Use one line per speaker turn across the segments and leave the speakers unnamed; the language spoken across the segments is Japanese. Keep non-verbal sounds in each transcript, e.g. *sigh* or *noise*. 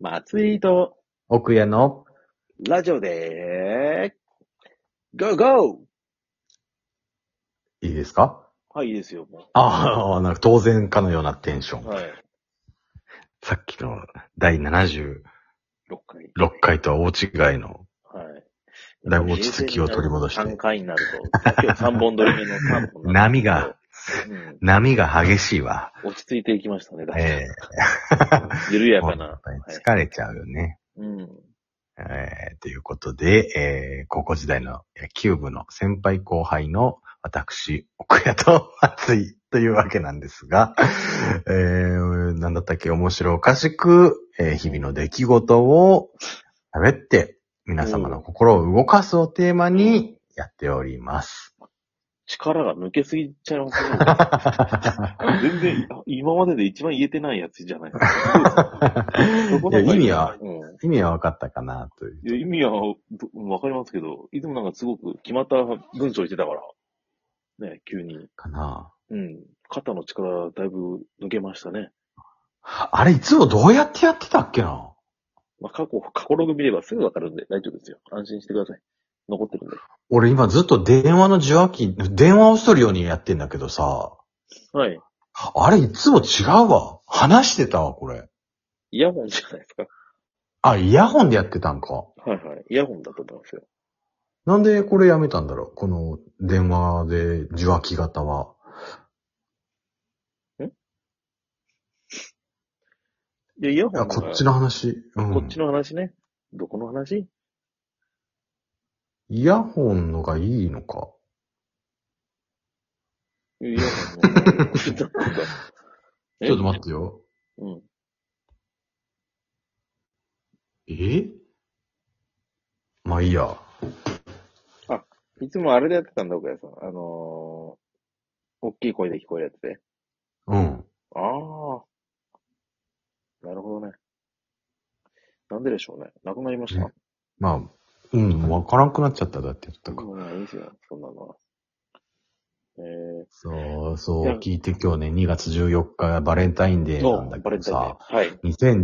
松井と
奥屋の、
ラジオで、ゴーゴ
いいですか
ーはい、いいですよ、も
ああ、なんか当然かのようなテンショ
う。
ン。
はい。
さっきの第76
6回。
回とは大違いの、
はい。
だいぶ落ち着きを取り戻して
3回になると、今日3本取り目の3本なんで
波が、
すけど。
波が激しいわ。
うん。落ち着いていきましたね、だい
え
ぶ *laughs* 緩
え
や
もう
か
やっ *laughs*
な。
ぱり疲れちゃうよね。
うん。
えーということで、えー高校時代の野球部の先輩後輩の私、奥谷と松井というわけなんですが、 *laughs* えー、なんだったっけ、面白おかしく、えー日々の出来事を喋って、皆様の心を動かすをテーマにやっております。
力が抜けすぎちゃいますね。全然、あ今までで一番言えてないやつじゃない
*laughs*
ですか。
いや意味は、
うん
意味は分かったかなという。
いや、意味はぶわかりますけど、いつもなんかすごく決まった文章言ってたから、ね、急に。
かな
うん。肩の力、だいぶ抜けましたね。
あれ、いつもどうやってやってたっけな
まあ、過去、過去ログ見ればすぐわかるんで大丈夫ですよ。安心してください。残ってるんで。
俺今ずっと電話の受話器、電話をしとるようにやってんだけどさ、
はい。
あれいつも違うわ。話してたわ、これ。
イヤホンじゃないですか。
あ、イヤホンでやってたんか。
はいはい。イヤホンだと思いますよ。
なんでこれやめたんだろうこの電話で受話器型は。
いや、イヤホン
いや、こっち
の、
の話。うん。
こっちの話ね。どこの話
イヤホンのがいいのか。
イヤホンの。
*laughs* ちょっと待
っ
ってよ。
て。うん。
えまあいいや。
いつもあれでやってたんだ、奥谷さん。あのー、大きい声で聞こえるやつで。
うん。
ああ。なるほどね。なんででしょうね。なくなりました。
まあ、うん、わからんくなっちゃっただって言ったか。
まあいいですよ、そんなのは。え
そう、そ
いうや、
聞いて今日ね、2月14日がバレンタインデ
ー、
ーなんだ
バ
け
レン
ど
タイン
さ、
デー。はい。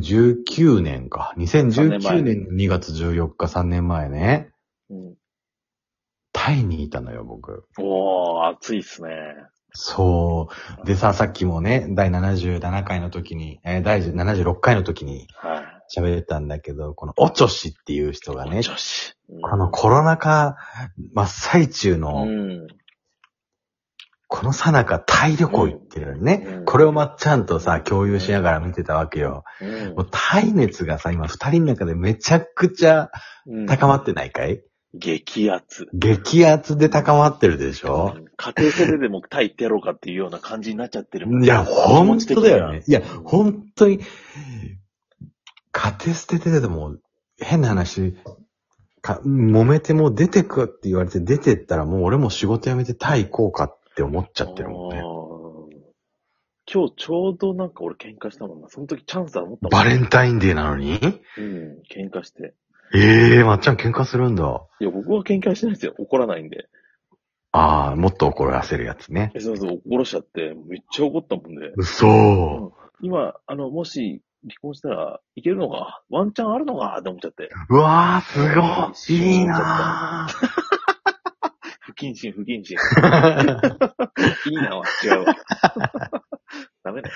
2019年か。2019
三
年の2月14日、3年前ね、
うん、
タイにいたのよ、僕。
おー、暑いっすね。
そう。でさ、さっきもね、第77回の時に、えー第76回の時に
はい。
喋ったんだけど、このおちょしっていう人がね、
女子。
このコロナ禍真っ最中
う
の、
ん。
このさなかタイ旅行行ってるのにね、
うん
これをまっちゃんとさ、共有しながら見てたわけよ。
うん
もう耐熱がさ、今二人の中でめちゃくちゃ
うん。
高まってないかい、
激圧。
激圧で高まってるでしょ
う、ん家庭それでもタイ行ってやろうかっていうような感じになっちゃってるもん
いや、
気
本
持ち的
当
に
だ
は
よね。いや、本当に、家庭捨ててでも、変な話、か揉めてもう出てくって言われて出てったらもう俺も仕事辞めてタイ行こうかって思っちゃってるもん
あ
ね。
ー今日ちょうどなんか俺喧嘩したもんな。その時チャンスは持ったもん
バレンタインデーなの
うん、
に
喧嘩して。
ええー、まっちゃん喧嘩するんだ。
いや、僕は喧嘩してないですよ。怒らないんで。
ああ、もっと怒らせるやつね。
えそうそう、怒らしちゃって、めっちゃ怒ったもんで。
嘘。
今、あの、もし、離婚したらいけるのかワンチャンあるのかって思っちゃって。
うわ
*laughs*
ー、すごい。いいなー。
不謹慎、不謹慎。いいなは違うわ。ダメだよ。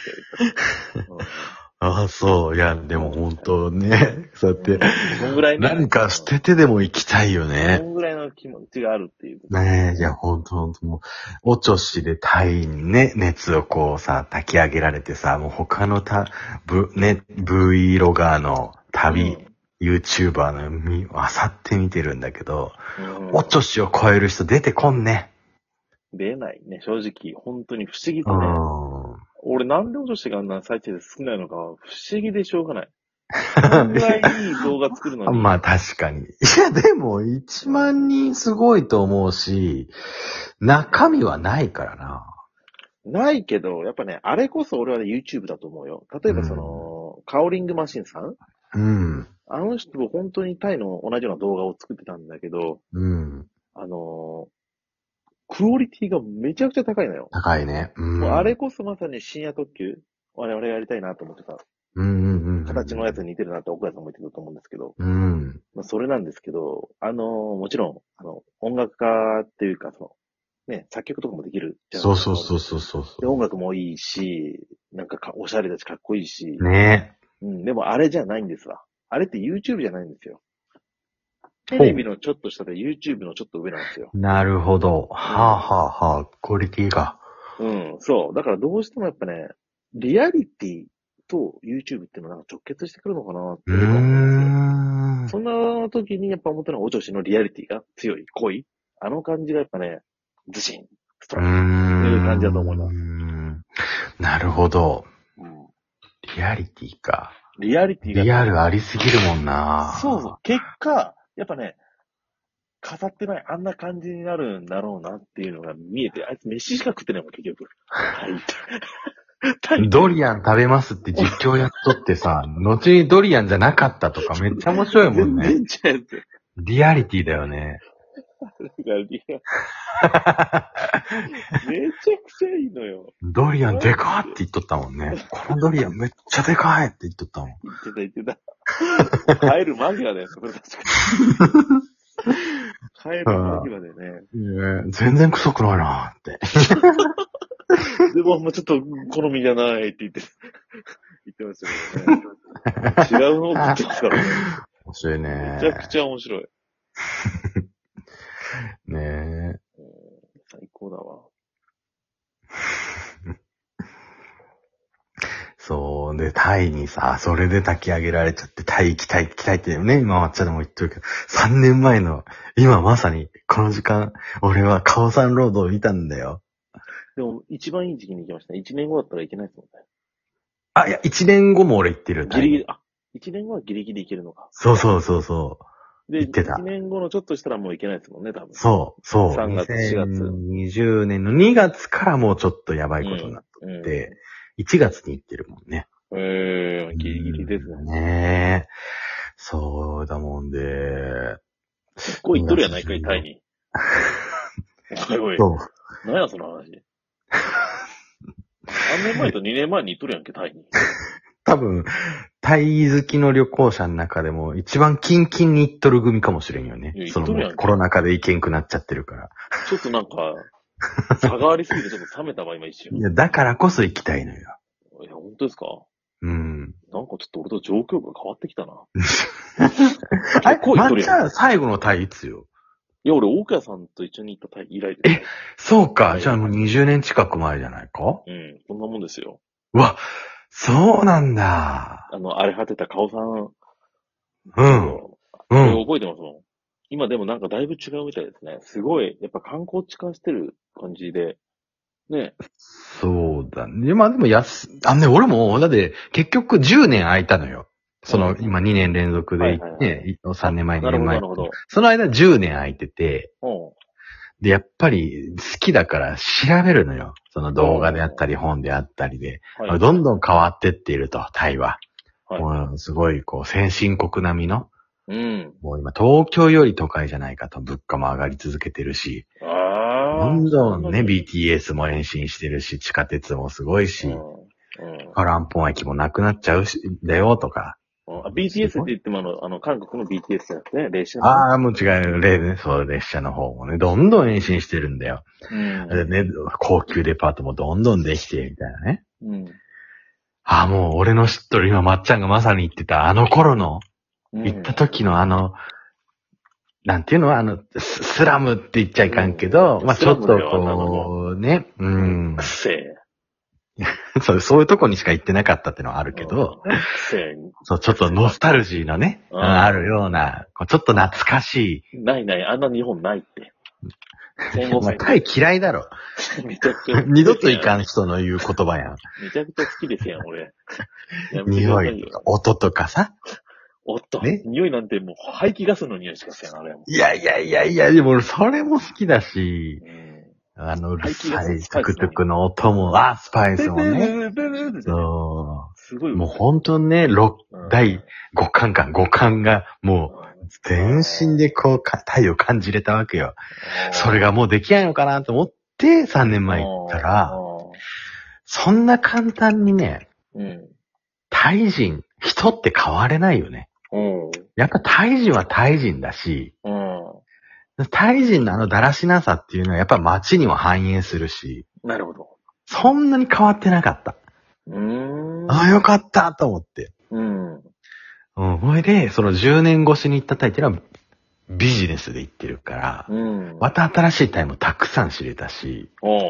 ああ、そう。いや、でも本当ね、そうやって、
そんぐらいの
何か捨ててでも行きたいよ
そ
ね。
んぐらいの気持ちがあるっていう。
ねえ、いや、本当本当もう、お調子で隊員にね、熱をこうさ、炊き上げられてさ、もう他のた、ぶ、ね、V ロガーの旅、YouTuber のみ、あさって見てるんだけど、
うん、うん
お調子を超える人出てこんね。
出ないね、正直。本当に不思議
う
とね。
ん。
俺なんで落としてがあんな再生数少ないのかは不思議でしょうが
*laughs*
ない。こんぐらいいい動画作るのに。
まあ確かに。いやでも1万人すごいと思うし、中身はないからな。
ないけど、やっぱね、あれこそ俺はね YouTube だと思うよ。例えばその、カオリングマシンさん
うん。
あの人本当にタイの同じような動画を作ってたんだけど、
うん。
あのークオリティがめちゃくちゃ高いのよ。
高いね。う。
もうんあれこそまさに深夜特急我々がやりたいなと思ってた。
うんうんうんうん
形のやつに似てるなって岡谷さんも言ってたと思うんですけど、
うん。
まあ、それなんですけど、あのーもちろん、あの、音楽家っていうか、その、ね、作曲とかもできるじゃない
そ
ですか
うそうそうそうそうそ
で、音楽もいいし、なんかか、おしゃれだし、かっこいいし、
う。ね
うん、でもあれじゃないんですわ。あれって YouTube じゃないんですよ。テレビのちょっと下で YouTube のちょっと上なんですよ。
なるほど。はあはあはあ。クオリティが。
うん、そう。だからどうしてもやっぱね、リアリティと YouTube っていうのはなんか直結してくるのかなって
うー
僕は思うんで
ん。
すよ。そんな時にやっぱ思ったのはお女子のリアリティが強い、濃い。あの感じがやっぱね、ズシン、スト
う
ライ
ん。
いう感じだと思います
す。なるほど。
ク、うん
リアリティか。
リアリティが。
リアルありすぎるもんな。
そうそう。結果、やっぱね、飾ってないあんな感じになるんだろうなっていうのが見えて、あいつ飯しか食ってないもん、結局。はい。大
ドリアン食べますって実況やっとって
*laughs*
さ、後にドリアンじゃなかったとかめっちゃ面白いもん
全
ね。
然ちゃうやつ。
リアリティだよね。
だからリアめちゃくちゃいいのよ。
ドリアンでかーって言っとったもんね。このドリアンめっちゃでかいって言っとったもん。
言ってた言ってた。帰る間際だよ、それ確かに。
*laughs*
帰る間際だよね。
全然臭くないなーって。
でも、もうちょっと好みじゃないって言 *laughs* って、言ってましたけどね。違うのを食ってますからね。
面白いね
めちゃくちゃ面白い。
ねえ。
最高だわ。
そう。で、タイにさ、それで炊き上げられちゃって、タイ行きたい行きたいってね、今まっちゃんでも言ってるけど、3年前の、今まさに、この時間、俺はカオサンロードを見たんだよ。
でも、一番いい時期に行きましたね。1年後だったらいけないですもん
あ、いや、1年後も俺行ってる。
ね。ギリギ
リ。
リ、あ、1年後はギリギリ行けるのか。
そうそうそうそう。
で、
行ってた
1年後のちょっとしたらもう行けないですもんね、多分。
そう、そう。
3月4月
20年の2月からもうちょっとやばいことになっ
うん。
て、1月に行ってるもんね。
ええギリギリですね。
ねえ。そうだもんで、
すっごい行っとるやないかい、タイに。おいおい、
そう。
何やその話。3年前と2年前に行っとるやんけ、タイに。
多分、タイ好きの旅行者の中でも、一番キンキンに行っとる組かもしれんよね
いや。
その
行っとるやん
コロナ禍で行けんくなっちゃってるから。
ちょっとなんか、差がありすぎてちょっと冷めたわ、今一瞬。
い
いや、
や、だからこそ行きたいのよ。
本当ですか
うん。
なんかちょっと俺と状況が変わってきた
*laughs*
な。結
あれ、
構行っ
ま
と
っ
る
ち
やん。い
ゃん最後のタイいつよ。
や、俺、大谷さんと一緒に行ったタイ以来ですね。
そうか。じゃあもう20年近く前じゃないか
うん、そんなもんですよ。
うわ、そうなんだ。
あの、荒れ果てた顔さん。
うん。う
これ
ん。
覚えてますもん。今でもなんかだいぶ違うみたいですね。すごい、やっぱ観光地化してる感じで。ね。
そうだね。まあでも安、あ、ね、俺も、だって、結局10年空いたのよ。その、今2年連続で行っ
はい
て、3年前、2
なるほど、な
年前
る。ほど。
その間10年空いてて、
うん。
で、やっぱり好きだから調べるのよ。その動画であったり本であったりで。
はい。
どんどん変わってっていると、タイは。
はい
もうすごい、こう、先進国並みの、
うん。
もう今東京より都会じゃないかと物価も上がり続けてるし、
ああ。
どんどんね、
ビ
BTS も延伸してるし、地下鉄もすごいし、
うん。
パランポン駅もなくなっちゃうし、だよとか。
うんあ BTS って言ってもあの、あの、韓国の BTS じゃなくてね、列車の。
ああ、もう違う、例ね、そう、列車の方もね、どんどん延伸してるんだよ。
うん。
でね、高級デパートもどんどんできて、みたいなね。
うん。
あ、もう俺の知っとる今、まっちゃんがまさに言ってた、あの頃の、
うん
行った時のあの、なんていうのは、あの、ススラムって言っちゃいかんけど、
うん
まあちょっと
スラムだよあんなの
こう、ね、うん
く、せえ。
そう、そういうとこにしか行ってなかったってのはあるけど、
うん。くせえ。
そう、ちょっとノスタルジーのね、
う
うんんあるような、こうちょっと懐かし
ないない、あんな日本ないって。
い。
戦後
お前、タイ嫌いだろ。
めちゃくちゃ。
*laughs* 二度と行かん人の言う言葉やん。
めちゃくちゃ好きですやん、俺。やめてくだ
匂
さい
い
よ
とか、音とかさ。
おっと、
ね
匂いなんてもう排気ガスの匂いしかせん、あれはも
いやいやいやいや、でも俺それも好きだし、
う。うん。
あの、うるさ
最近
い
スパ
ト
イスも
クトクの音も、あ、スパイスもね。
ね。
そ。
すごいうわ。
もう本当にね、六
うん
第五感感、五感がもう全身でこう、か体を感じれたわけよ。それ
が
がもうできないのかなと思って3年前行ったら、、そんな簡単にね、
うん。
タイ人、人って変われないよね。
うん。
やっぱタイ人はタイ人だし、
う
タイ人のあのだらしなさっていうのはやっぱ街にも反映するし、
ん。なるほど。
そんなに変わってなかった。
うーん。
ああ、よかったと思って。
うん。
うん、それで、その10年越しに行ったタイっていうのはビジネスで行ってるから、
うん。
また新しいタイもたくさん知れたし、
おう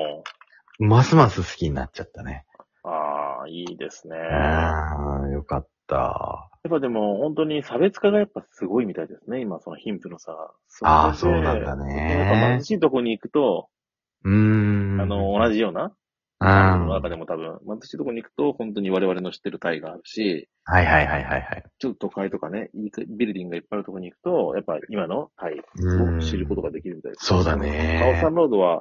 ますます好きになっちゃったね。
ああ、いいですね。や
ああ、よかった。
っぱでも本当に差別化がやっぱすごいみたいですね。今その貧富の差。
ああ、そうなんだ
ね。やっぱ
ね
貧。しいとこに行くと、
うーん。
あの、同じような、
うん。
世の
は
中でも多分、貧しいとこに行くと本当に我々の知ってるタイがあるし、
いはいはいはいはい。
ちょっと都会とかね、いいビルディングがいっぱいあるとこに行くと、やっぱ今のタイ
う
を
ん
知ることができるみたいです。
そう
カオサ
だ
ン
ね。
ロードは、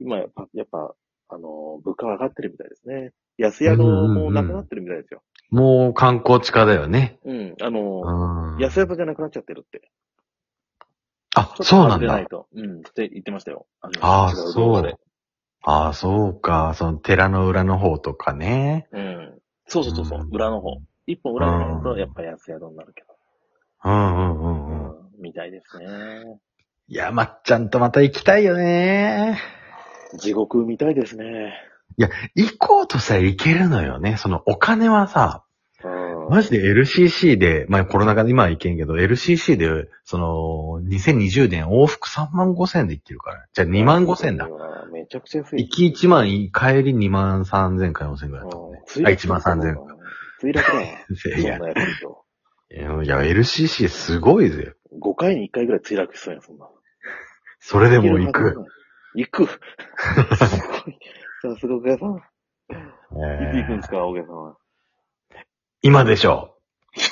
今やっぱ、やっぱ、あの、物価が上がってるみたいですね。安宿もなくなってるみたいですよ。
もう観光地化だよね。
うんあ
う
の、
ん。
安宿じゃなくなっちゃってるって。
あ、そうなん
ちょっと外れな
だ
い。と。うん、って言ってましたよ。あの
ああ
違う動画で
ああ、そうか。その寺の裏の方とかね。
うん。そうそうそうそう、
うん
裏の方。一本裏になると、やっぱ安宿になるけ
うんうんう
ど。うん
うん。
ん、みたいですね。
いや、まっちゃんとまた行きたいよね。
地獄みたいですね。
行こうとさえ行けるのよね。そのお金はさ、
うん。
マジで LCC で、まあコロナ禍で今は行けんけど、LCC で、その、2020年往復3万5千で行ってるから。じゃあ2万5千だ。。
めちゃくちゃ安い。
行き1万、帰り2万3千か4千ぐらいだったもんね。
うん
あ、1万3千。。
墜落だよ。
*laughs* い
そ
や
んな、やついると。
いや、LCC すごいぜ。
5回に1回ぐらい墜落しそうやん、そんな。
それでも行く。。
行く。す *laughs* ごい。さすが、おげさん。いつ行くんですか、おげさんは。
今でしょ